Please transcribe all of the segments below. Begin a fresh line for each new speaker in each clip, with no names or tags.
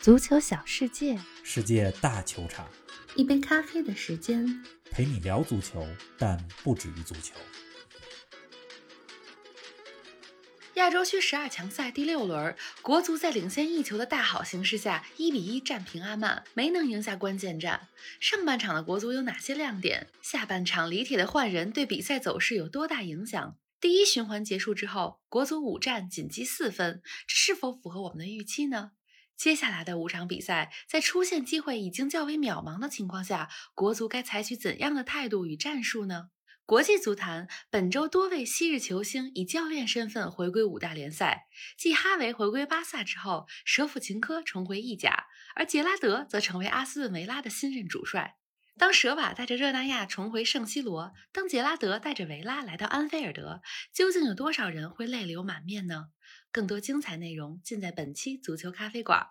足球小世界，
世界大球场，
一杯咖啡的时间。
陪你聊足球，但不止于足球。
亚洲区十二强赛第六轮，国足在领先一球的大好形势下，一比一战平阿曼，没能赢下关键战。上半场的国足有哪些亮点？下半场李铁的换人对比赛走势有多大影响？第一循环结束之后，国足五战仅积四分，这是否符合我们的预期呢？接下来的五场比赛，在出现机会已经较为渺茫的情况下，国足该采取怎样的态度与战术呢？国际足坛本周多位昔日球星以教练身份回归五大联赛，继哈维回归巴萨之后，舍甫琴科重回意甲，而杰拉德则成为阿斯顿维拉的新任主帅。当舍瓦带着热那亚重回圣西罗，当杰拉德带着维拉来到安菲尔德，究竟有多少人会泪流满面呢？更多精彩内容尽在本期足球咖啡馆。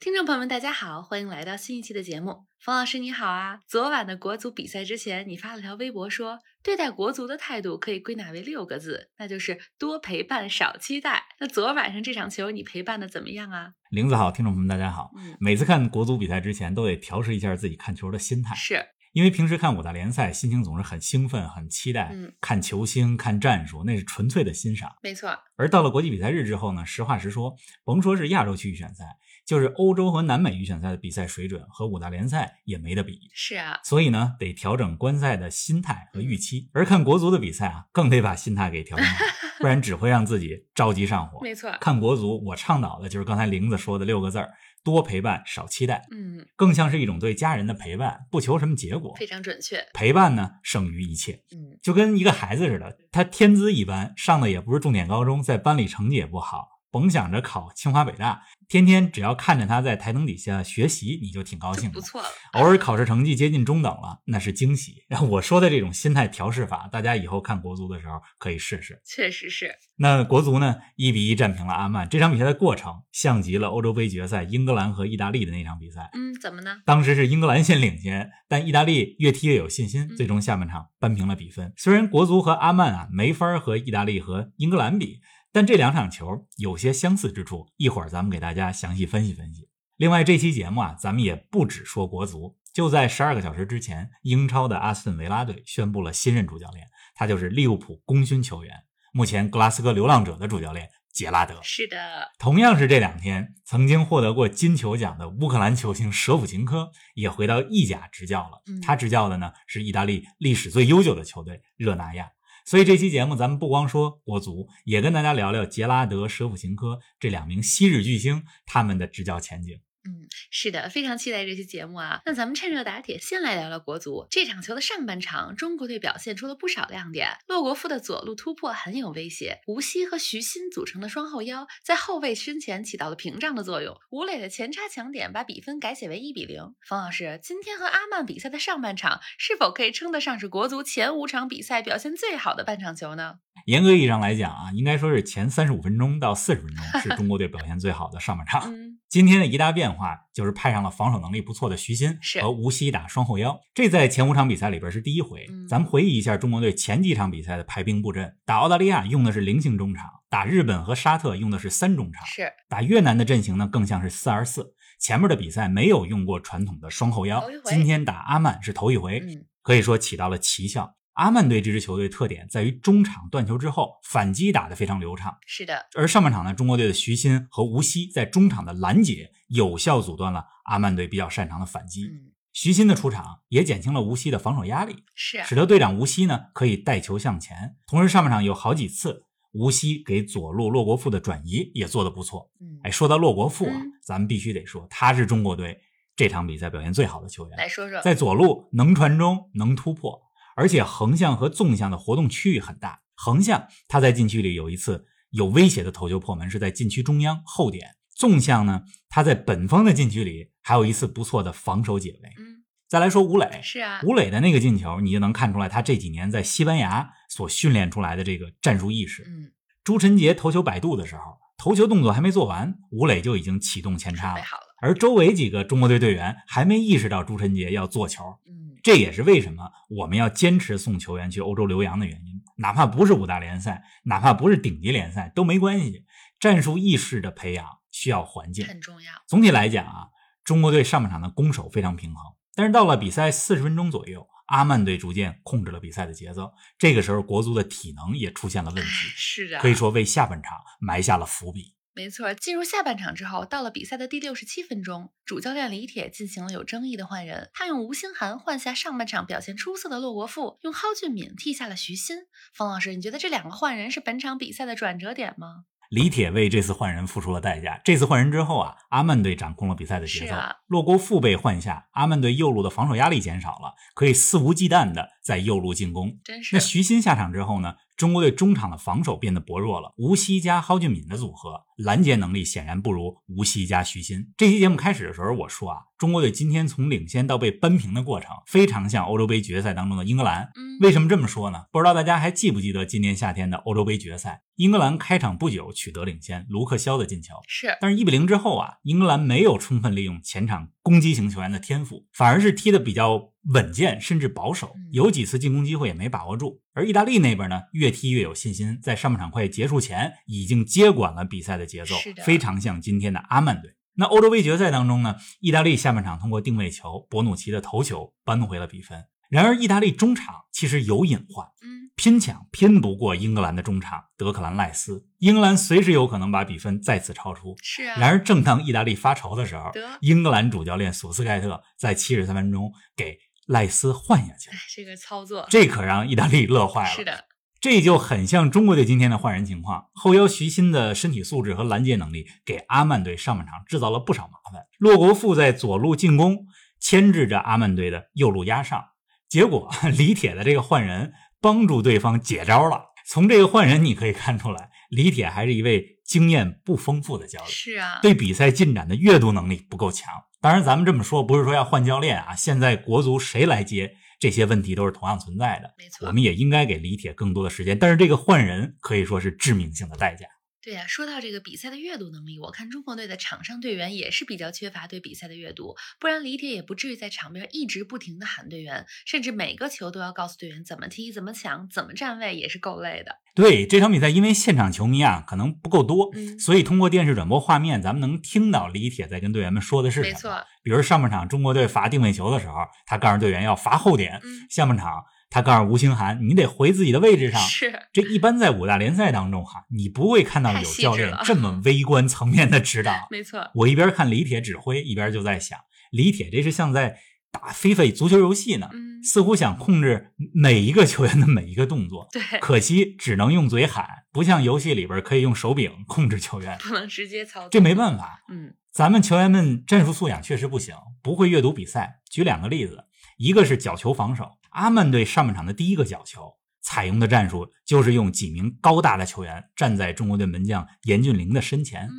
听众朋友们，大家好，欢迎来到新一期的节目。冯老师你好啊！昨晚的国足比赛之前，你发了条微博说，对待国足的态度可以归纳为六个字，那就是多陪伴，少期待。那昨晚上这场球你陪伴的怎么样啊？
玲子好，听众朋友们大家好。
嗯，
每次看国足比赛之前，都得调试一下自己看球的心态，
是
因为平时看五大联赛，心情总是很兴奋、很期待，
嗯
看球星、看战术，那是纯粹的欣赏。
没错，
而到了国际比赛日之后呢，实话实说，甭说是亚洲区预选赛，就是欧洲和南美预选赛的比赛水准和五大联赛也没得比。
是啊，
所以呢，得调整观赛的心态
嗯
和预期。而看国足的比赛啊，更得把心态给调整好，不然只会让自己着急上火。
没错，
看国足，我倡导的就是刚才玲子说的六个字儿：多陪伴，少期待，
嗯，
更像是一种对家人的陪伴，不求什么结果。
非常准确，
陪伴呢，胜于一切，
嗯，
就跟一个孩子似的，他天资一般，上的也不是重点高中，在班里成绩也不好，甭想着考清华北大，天天只要看着他在台灯底下学习，你就挺高兴
不
的。
错了，
偶尔考试成绩接近中等了，那是惊喜。 然后我说的这种心态调试法，大家以后看国足的时候可以试试。
确实是，
那国足呢，一比一战平了阿曼。这场比赛的过程像极了欧洲杯决赛英格兰和意大利的那场比赛。
嗯，怎么呢？
当时是英格兰先领先，但意大利越踢越有信心，
嗯
最终下半场扳平了比分。虽然国足和阿曼啊没法和意大利和英格兰比，但这两场球有些相似之处，一会儿咱们给大家详细分析分析。另外，这期节目啊，咱们也不只说国足。就在十二个小时之前，英超的阿斯顿维拉队宣布了新任主教练，他就是利物浦功勋球员，目前格拉斯哥流浪者的主教练杰拉德。
是的，
同样是这两天，曾经获得过金球奖的乌克兰球星舍甫琴科也回到意甲执教了
嗯。
他执教的呢是意大利历史最悠久的球队热那亚。所以这期节目咱们不光说国足，也跟大家聊聊杰拉德、舍甫琴科这两名昔日巨星他们的执教前景。
嗯，是的，非常期待这期节目啊！那咱们趁热打铁，先来聊聊国足这场球的上半场，中国队表现出了不少亮点。洛国富的左路突破很有威胁，吴曦和徐新组成的双后腰在后卫身前起到了屏障的作用。吴磊的前插抢点把比分改写为一比零。冯老师，今天和阿曼比赛的上半场是否可以称得上是国足前五场比赛表现最好的半场球呢？
严格意义上来讲啊，应该说是前三十五分钟到四十分钟是中国队表现最好的上半场。
嗯，
今天的一大变化就是派上了防守能力不错的徐新
是
和吴曦打双后腰，这在前五场比赛里边是第一回。
嗯
咱们回忆一下中国队前几场比赛的排兵布阵：打澳大利亚用的是菱形中场，打日本和沙特用的是三中场，
是。
打越南的阵型呢更像是四二四。前面的比赛没有用过传统的双后腰
头一回，
今天打阿曼是头一回，
嗯，
可以说起到了奇效。阿曼队这支球队特点在于中场断球之后反击打得非常流畅。
是的，
而上半场呢，中国队的徐新和吴曦在中场的拦截，有效阻断了阿曼队比较擅长的反击。
嗯，
徐新的出场也减轻了吴曦的防守压力，
是啊
使得队长吴曦呢可以带球向前。同时，上半场有好几次吴曦给左路洛国富的转移也做得不错。
嗯，
哎，说到洛国富啊
嗯，
咱们必须得说，他是中国队这场比赛表现最好的球员。
来说 说，
在左路能传中，能突破，而且横向和纵向的活动区域很大。横向他在禁区里有一次有威胁的头球破门，是在禁区中央后点；纵向呢，他在本方的禁区里还有一次不错的防守解围。
嗯，
再来说吴磊，
是啊，
吴磊的那个进球，你就能看出来他这几年在西班牙所训练出来的这个战术意识。
嗯，
朱晨杰头球摆渡的时候，头球动作还没做完，吴磊就已经启动前插
准备
了。
哎好了，
而周围几个中国队队员还没意识到朱晨杰要做球，
嗯，
这也是为什么我们要坚持送球员去欧洲留洋的原因。哪怕不是五大联赛，哪怕不是顶级联赛都没关系。战术意识的培养需要环境。
很重要。
总体来讲啊，中国队上半场的攻守非常平衡，但是到了比赛四十分钟左右，阿曼队逐渐控制了比赛的节奏。这个时候，国足的体能也出现了问
哎
题，，
是啊，
可以说为下半场埋下了伏笔。
没错，进入下半场之后，到了比赛的第六十七分钟，主教练李铁进行了有争议的换人，他用吴兴涵换下上半场表现出色的骆国富，用蒿俊闵替下了徐新。方老师，你觉得这两个换人是本场比赛的转折点吗？
李铁为这次换人付出了代价。这次换人之后啊，阿曼队掌控了比赛的节
是
奏
啊，
洛国富被换下，阿曼队右路的防守压力减少了，可以肆无忌惮的在右路进攻。
真是
那徐新下场之后呢，中国队中场的防守变得薄弱了。吴曦加蒿俊闵的组合拦截能力显然不如吴曦加徐新。这期节目开始的时候我说啊，中国队今天从领先到被扳平的过程，非常像欧洲杯决赛当中的英格兰。
嗯，
为什么这么说呢？不知道大家还记不记得今年夏天的欧洲杯决赛，英格兰开场不久取得领先，卢克肖的进球。
是
但是，一比零之后啊，英格兰没有充分利用前场攻击型球员的天赋，反而是踢得比较稳健，甚至保守
嗯，
有几次进攻机会也没把握住。而意大利那边呢，越踢越有信心，在上半场快结束前已经接管了比赛的节奏
是的，
非常像今天的阿曼队。那欧洲杯决赛当中呢，意大利下半场通过定位球，博努奇的头球扳回了比分。然而，意大利中场其实有隐患，
嗯，
拼抢拼不过英格兰的中场德克兰赖斯，英格兰随时有可能把比分再次超出。
是啊，
然而，正当意大利发愁的时候
得，
英格兰主教练索斯盖特在七十三分钟给赖斯换下去
哎
了，
这个操作
这可让意大利乐坏了。
是，的，
这就很像中国队今天的换人情况。后腰徐新的身体素质和拦截能力，给阿曼队上半场制造了不少麻烦。洛国富在左路进攻，牵制着阿曼队的右路压上。结果啊李铁的这个换人帮助对方解招了。从这个换人你可以看出来，李铁还是一位经验不丰富的教练。
是啊，
对比赛进展的阅读能力不够强。当然，咱们这么说不是说要换教练啊，现在国足谁来接这些问题都是同样存在的。
没错
我们也应该给李铁更多的时间，但是这个换人可以说是致命性的代价。
对呀、说到这个比赛的阅读能力，我看中国队的场上队员也是比较缺乏对比赛的阅读，不然李铁也不至于在场边一直不停的喊队员，甚至每个球都要告诉队员怎么踢、怎么抢、怎么站位，也是够累的。
对这场比赛，因为现场球迷啊可能不够多，
嗯
所以通过电视转播画面，咱们能听到李铁在跟队员们说的是什
没
么。
错，
比如上半场中国队罚定位球的时候，他告诉队员要罚后点；
嗯，
下半场他告诉吴兴涵，你得回自己的位置上。
是
这一般在五大联赛当中哈，你不会看到有教练这么 微观层面的指导。
没错，
我一边看李铁指挥，一边就在想，李铁这是像在打非法足球游戏呢，
嗯，
似乎想控制每一个球员的每一个动作。
对，
可惜只能用嘴喊，不像游戏里边可以用手柄控制球员，
不能直接操作，
这没办法。
嗯，
咱们球员们战术素养确实不行，不会阅读比赛。举两个例子，一个是角球防守，阿曼队上半场的第一个角球采用的战术就是用几名高大的球员站在中国队门将严俊凌的身前，
嗯，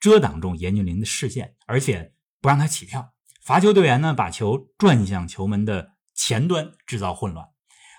遮挡住严俊凌的视线，而且不让他起跳。罚球队员呢，把球转向球门的前端，制造混乱。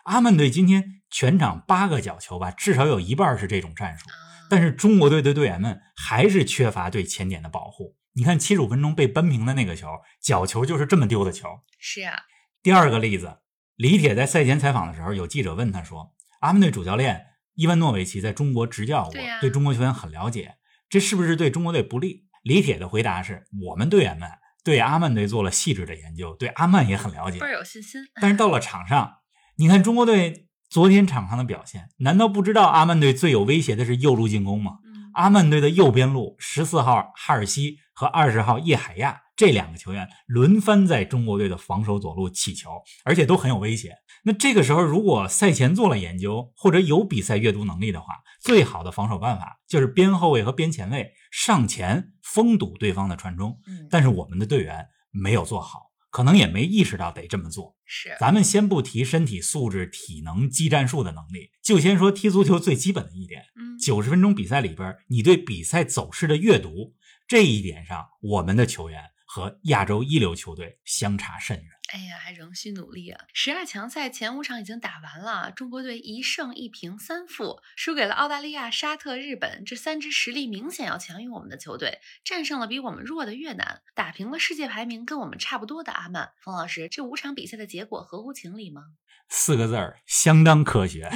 阿曼队今天全场八个角球吧，至少有一半是这种战术。
啊
但是中国队的队员们还是缺乏对前点的保护。你看，七十五分钟被扳平的那个球，角球就是这么丢的球。
是啊，
第二个例子，李铁在赛前采访的时候，有记者问他说：“阿曼队主教练伊万诺维奇在中国执教过，
对呀
中国球员很了解，这是不是对中国队不利？”李铁的回答是：“我们队员们对阿曼队做了细致的研究，对阿曼也很了解
倍。儿有信心，
但是到了场上，你看中国队昨天场上的表现，难道不知道阿曼队最有威胁的是右路进攻吗？”
嗯，
阿曼队的右边路十四号哈尔西和二十号叶海亚这两个球员轮番在中国队的防守左路起球，而且都很有威胁。那这个时候，如果赛前做了研究或者有比赛阅读能力的话，最好的防守办法就是边后卫和边前卫上前封堵对方的传中。
嗯，
但是我们的队员没有做好，可能也没意识到得这么做。
是
咱们先不提身体素质、体能、技战术的能力，就先说踢足球最基本的一点。
嗯，
九十分钟比赛里边，你对比赛走势的阅读这一点上，我们的球员和亚洲一流球队相差甚远。
哎呀，还仍需努力啊！十二强赛前五场已经打完了，中国队一胜一平三负，输给了澳大利亚、沙特、日本这三支实力明显要强于我们的球队，战胜了比我们弱的越南，打平了世界排名跟我们差不多的阿曼。冯老师，这五场比赛的结果合乎情理吗？
四个字儿，相当 科学。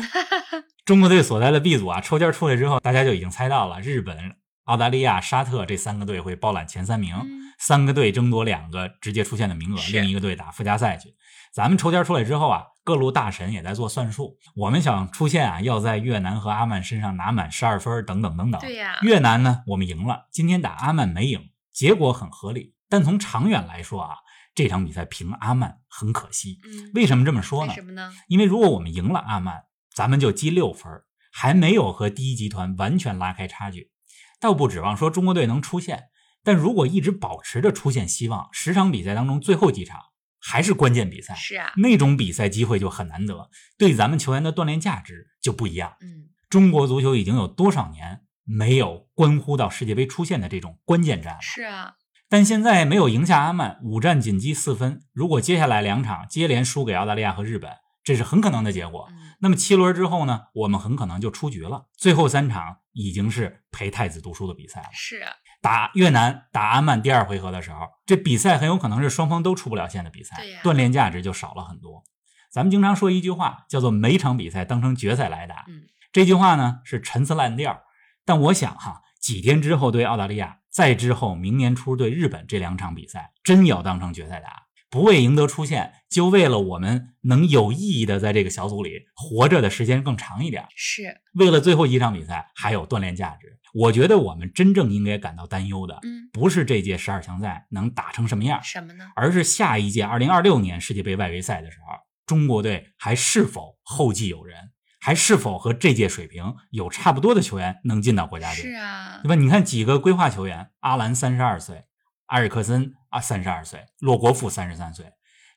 中国队所在的 B 组啊，抽签出来之后，大家就已经猜到了，日本澳大利亚、沙特这三个队会包揽前三名，
嗯
三个队争夺两个直接出线的名额，
是
另一个队打附加赛去。咱们抽签出来之后啊，各路大神也在做算术。我们想出线啊，要在越南和阿曼身上拿满十二分儿，等等等等。
对呀
越南呢，我们赢了，今天打阿曼没赢，结果很合理。但从长远来说啊，这场比赛平阿曼很可惜。
嗯，
为什么这么说
为
呢
什？么呢？
因为如果我们赢了阿曼，咱们就积六分儿，还没有和第一集团完全拉开差距。倒不指望说中国队能出线，但如果一直保持着出线希望，十场比赛当中最后几场还是关键比赛，
是啊，
那种比赛机会就很难得，对咱们球员的锻炼价值就不一样。
嗯，
中国足球已经有多少年没有关乎到世界杯出线的这种关键战了？
是啊，
但现在没有赢下阿曼，五战仅积四分。如果接下来两场接连输给澳大利亚和日本，这是很可能的结果。
嗯，
那么七轮之后呢，我们很可能就出局了。最后三场已经是陪太子读书的比赛了。
是啊，
打越南、打阿曼第二回合的时候，这比赛很有可能是双方都出不了线的比赛
对呀，
锻炼价值就少了很多。咱们经常说一句话，叫做“每场比赛当成决赛来打”
嗯。
这句话呢是陈词滥调，但我想哈，几天之后对澳大利亚，再之后明年初对日本这两场比赛，真要当成决赛打，不为赢得出线，就为了我们能有意义的在这个小组里活着的时间更长一点。
是，
为了最后一场比赛还有锻炼价值，我觉得我们真正应该感到担忧的，
嗯，
不是这届十二强赛能打成什么样，
什么呢？
而是下一届二零二六年世界杯外围赛的时候，中国队还是否后继有人，还是否和这届水平有差不多的球员能进到国家队，
是啊
对，吧？你看几个规划球员，阿兰三十二岁，埃尔克森啊三十二岁，洛国富三十三岁，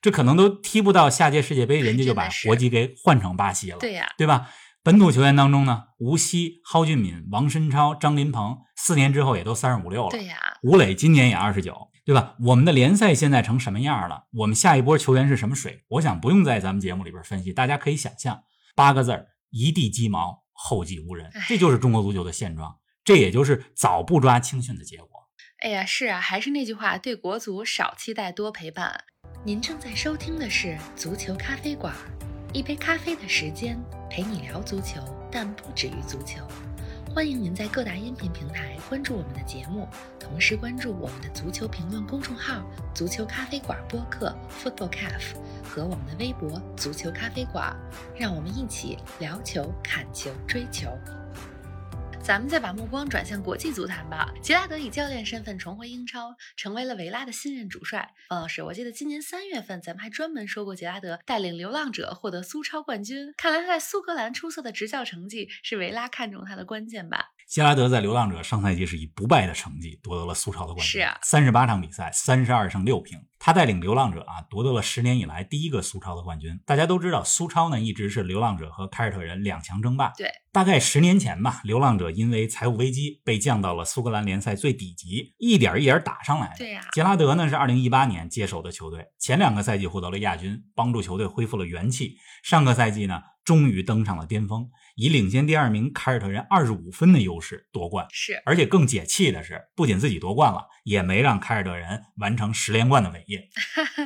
这可能都踢不到下届世界杯，人家就把
哎真的是
国籍给换成巴西了。
对呀，
对吧？本土球员当中呢，吴曦、蒿俊闵、王申超、张琳芃，四年之后也都三十五六了。
对呀，
吴磊今年也二十九，对吧？我们的联赛现在成什么样了？我们下一波球员是什么水？我想不用在咱们节目里边分析，大家可以想象，八个字儿：一地鸡毛，后继无人
唉。
这就是中国足球的现状，这也就是早不抓青训的结果。
哎呀，是啊，还是那句话，对国足少期待，多陪伴。您正在收听的是《足球咖啡馆》，一杯咖啡的时间陪你聊足球，但不止于足球。欢迎您在各大音频平台关注我们的节目，同时关注我们的足球评论公众号“足球咖啡馆”播客 （Football Cafe） 和我们的微博“足球咖啡馆”，让我们一起聊球、看球、追球。咱们再把目光转向国际足坛吧。杰拉德以教练身份重回英超，成为了维拉的新任主帅。王老师，我记得今年三月份咱们还专门说过杰拉德带领流浪者获得苏超冠军。看来他在苏格兰出色的执教成绩是维拉看中他的关键吧？
杰拉德在流浪者上赛季是以不败的成绩夺得了苏超的冠
是
军
啊，
三十八场比赛，三十二胜六平。他带领流浪者啊，夺得了十年以来第一个苏超的冠军。大家都知道，苏超呢一直是流浪者和凯尔特人两强争霸。
对，
大概十年前吧，流浪者因为财务危机被降到了苏格兰联赛最底级，一点一点打上来的。
对呀、
杰拉德呢是二零一八年接手的球队，前两个赛季获得了亚军，帮助球队恢复了元气。上个赛季呢，终于登上了巅峰，以领先第二名凯尔特人二十五分的优势夺冠。
是
而且更解气的是，不仅自己夺冠了，也没让凯尔特人完成十连冠的伟 业。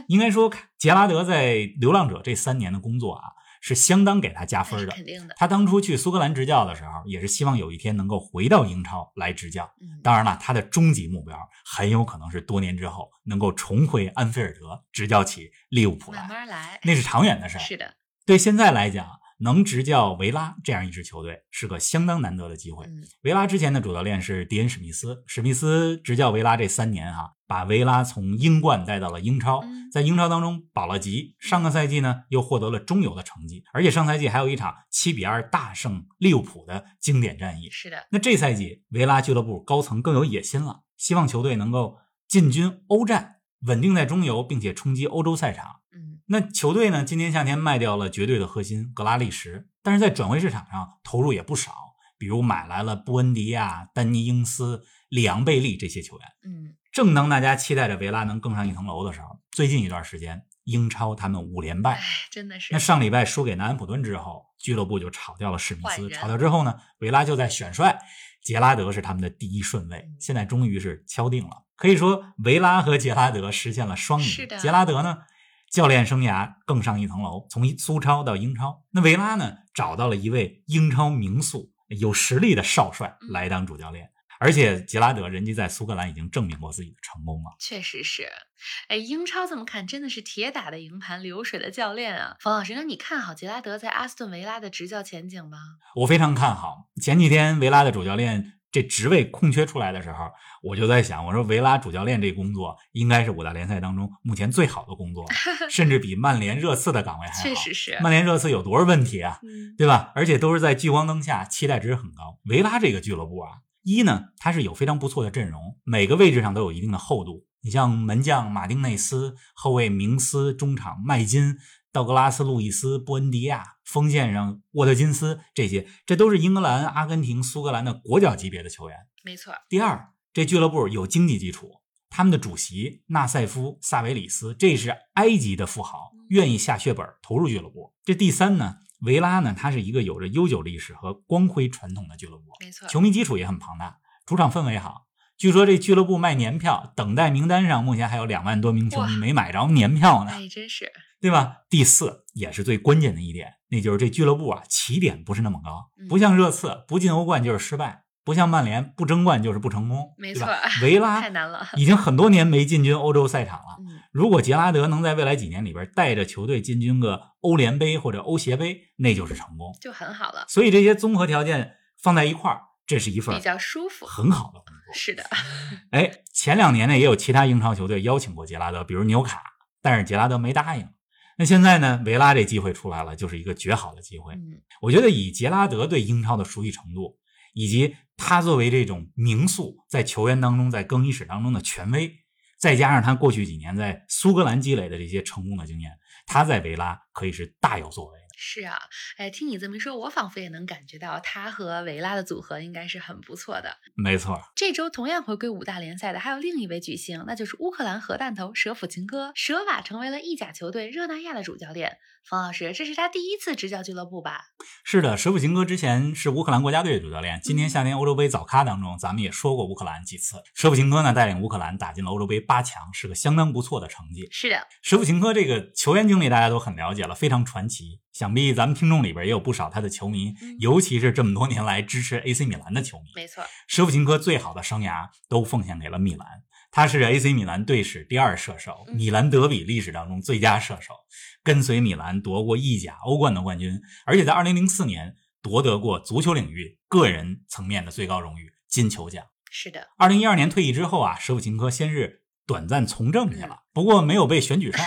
应该说，杰拉德在流浪者这三年的工作啊，是相当给他加
那
分
是
的。
肯定的。
他当初去苏格兰执教的时候，也是希望有一天能够回到英超来执教。
嗯，
当然了，他的终极目标很有可能是多年之后能够重回安菲尔德执教起利物浦
慢
来，
慢来。
那是长远的事儿。
是的，
对现在来讲，能执教维拉这样一支球队是个相当难得的机会。
嗯，
维拉之前的主教练是迪恩·史密斯，史密斯执教维拉这三年哈、把维拉从英冠带到了英超
嗯，
在英超当中保了级。上个赛季呢，又获得了中游的成绩，而且上赛季还有一场七比二大胜利物浦的经典战役。
是的，
那这赛季维拉俱乐部高层更有野心了，希望球队能够进军欧战，稳定在中游，并且冲击欧洲赛场。
嗯，
那球队呢，今年夏天卖掉了绝对的核心格拉利什，但是在转会市场上投入也不少，比如买来了布恩迪亚、丹尼英斯、里昂贝利这些球员。
嗯，
正当大家期待着维拉能更上一层楼的时候，最近一段时间英超他们五连败
哎，，真的是
那上礼拜输给南安普顿之后，俱乐部就炒掉了史密
换
斯，
人
炒掉之后呢，维拉就在选帅，杰拉德是他们的第一顺位
嗯，
现在终于是敲定了。可以说，维拉和杰拉德实现了双赢
是的。
杰拉德呢，教练生涯更上一层楼，从苏超到英超。那维拉呢，找到了一位英超名宿、有实力的少帅
嗯
来当主教练。而且杰拉德人家在苏格兰已经证明过自己的成功了。
确实是，哎，英超这么看真的是铁打的营盘流水的教练啊！冯老师，那你看好杰拉德在阿斯顿维拉的执教前景吗？
我非常看好。前几天维拉的主教练这职位空缺出来的时候，我就在想，我说维拉主教练这工作应该是五大联赛当中目前最好的工作， 甚至比曼联、热刺的岗位还好。
确实是，
曼联、热刺有多少问题啊？
嗯，
对吧？而且都是在聚光灯下，期待值很高。维拉这个俱乐部啊，一呢，它是有非常不错的阵容，每个位置上都有一定的厚度。你像门将马丁内斯、后卫明斯、中场麦金、道格拉斯·路易斯、布恩迪亚，锋线上沃特金斯这些，这都是英格兰、阿根廷、苏格兰的国脚级别的球员。
没错，
第二，这俱乐部有经济基础，他们的主席纳塞夫·萨维里斯，这是埃及的富豪，
嗯
愿意下血本投入俱乐部。这第三呢，维拉呢，它是一个有着悠久历史和光辉传统的俱乐部，
没错，
球迷基础也很庞大，主场氛围好。据说这俱乐部卖年票，等待名单上目前还有两万多名球迷
哇
没买着年票呢，
哎，真是
对吧？第四也是最关键的一点，那就是这俱乐部啊起点不是那么高
嗯，
不像热刺不进欧冠就是失败，不像曼联不争冠就是不成功，
没
对
错
吧， 维拉
太难了。
已经很多年没进军欧洲赛场了。
嗯，
如果杰拉德能在未来几年里边带着球队进军个欧联杯或者欧协杯，那就是成功。
就很好了，
所以这些综合条件放在一块儿，这是一份
比较舒服。
很好的工作。
是的，
哎，前两年呢，也有其他英超球队邀请过杰拉德，比如纽卡，但是杰拉德没答应。那现在呢，维拉这机会出来了，就是一个绝好的机会。
嗯，
我觉得以杰拉德对英超的熟悉程度，以及他作为这种名宿在球员当中、在更衣室当中的权威，再加上他过去几年在苏格兰积累的这些成功的经验，他在维拉可以是大有作为的。
是啊，哎，听你这么一说，我仿佛也能感觉到他和维拉的组合应该是很不错的。
没错，
这周同样回归五大联赛的还有另一位巨星，那就是乌克兰核弹头舍甫琴科。舍瓦成为了意甲球队热那亚的主教练。冯老师，这是他第一次执教俱乐部吧？
是的，舍甫琴科之前是乌克兰国家队的主教练。今
嗯
年夏天欧洲杯早咖当中，咱们也说过乌克兰几次。舍甫琴科呢带领乌克兰打进了欧洲杯八强，是个相当不错的成绩。
是的，
舍甫琴科这个球员经历大家都很了解了，非常传奇。想必咱们听众里边也有不少他的球迷
嗯，
尤其是这么多年来支持 AC 米兰的球迷。
没错，
舍甫琴科最好的生涯都奉献给了米兰，他是 AC 米兰队史第二射手，
嗯
米兰德比历史当中最佳射手，跟随米兰夺过意甲、欧冠的冠军，而且在2004年夺得过足球领域个人层面的最高荣誉金球奖。
是的，
二零一二年退役之后啊，舍甫琴科先是短暂从政去了，不过没有被选举上，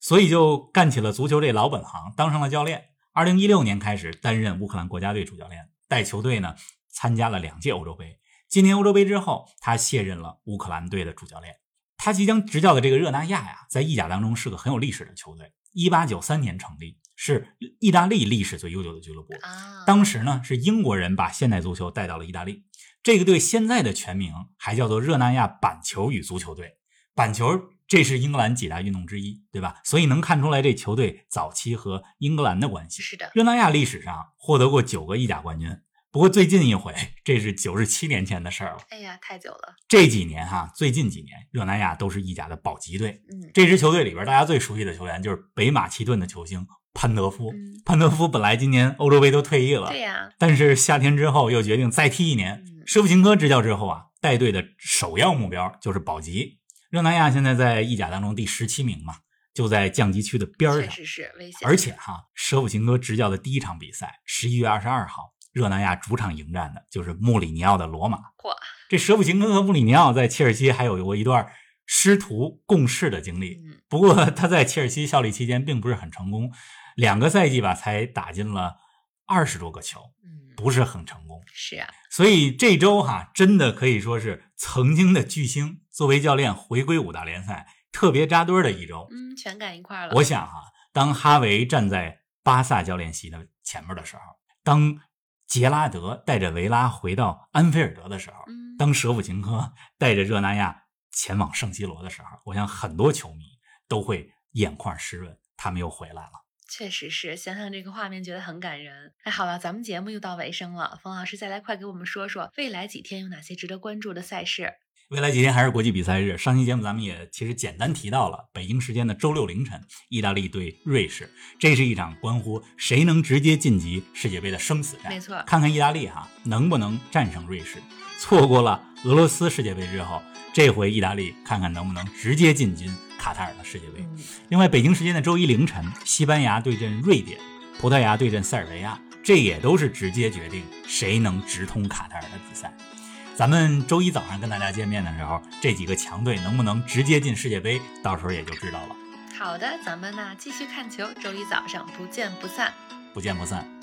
所以就干起了足球这老本行，当上了教练。二零一六年开始担任乌克兰国家队主教练，带球队呢参加了两届欧洲杯。今年欧洲杯之后，他卸任了乌克兰队的主教练。他即将执教的这个热那亚呀，在意甲当中是个很有历史的球队，一八九三年成立，是意大利历史最悠久的俱乐部。
啊，
当时呢，是英国人把现代足球带到了意大利。这个队现在的全名还叫做热那亚板球与足球队。板球这是英格兰几大运动之一，对吧？所以能看出来这球队早期和英格兰的关系。
是的，
热那亚历史上获得过九个意甲冠军，不过最近一回，这是九十七年前的事儿了。
哎呀，太久了，
这几年哈、最近几年，热那亚都是意甲的保级队。
嗯，
这支球队里边，大家最熟悉的球员就是北马其顿的球星潘德夫。
嗯
潘德夫本来今年欧洲杯都退役了
对，呀、
但是夏天之后又决定再踢一年
嗯。
舍甫琴科执教之后啊，带队的首要目标就是保级。热那亚现在在意甲当中第十七名嘛，就在降级区的边儿
确
上。
实是危险，
而且哈、舍甫琴科执教的第一场比赛，十一月二十二号，热那亚主场迎战的就是穆里尼奥的罗马。
嚯
这舍甫琴科和穆里尼奥在切尔西还有过一段师徒共事的经历。
嗯，
不过他在切尔西效力期间并不是很成功，两个赛季吧才打进了二十多个球，
嗯，
不是很成功。
是啊，
所以这周哈、真的可以说是曾经的巨星作为教练回归五大联赛，特别扎堆儿的一周。
嗯，全赶一块儿了，
我想哈、当哈维站在巴萨教练席的前面的时候，当杰拉德带着维拉回到安菲尔德的时候，
嗯，
当舍甫琴科带着热那亚前往圣西罗的时候，我想很多球迷都会眼眶湿润，他们又回来了。
确实是，想想这个画面觉得很感人。哎，好了，咱们节目又到尾声了，冯老师再来快给我们说说未来几天有哪些值得关注的赛事。
未来几天还是国际比赛日，上期节目咱们也其实简单提到了，北京时间的周六凌晨，意大利对瑞士，这是一场关乎谁能直接晋级世界杯的生死战。
没错
看看意大利哈、能不能战胜瑞士。错过了俄罗斯世界杯之后，这回意大利看看能不能直接进军卡塔尔的世界杯。
嗯，
另外，北京时间的周一凌晨，西班牙对阵瑞典，葡萄牙对阵塞尔维亚，这也都是直接决定谁能直通卡塔尔的比赛。咱们周一早上跟大家见面的时候，这几个强队能不能直接进世界杯，到时候也就知道了。
好的，咱们呢继续看球，周一早上不见不散。
不见不散。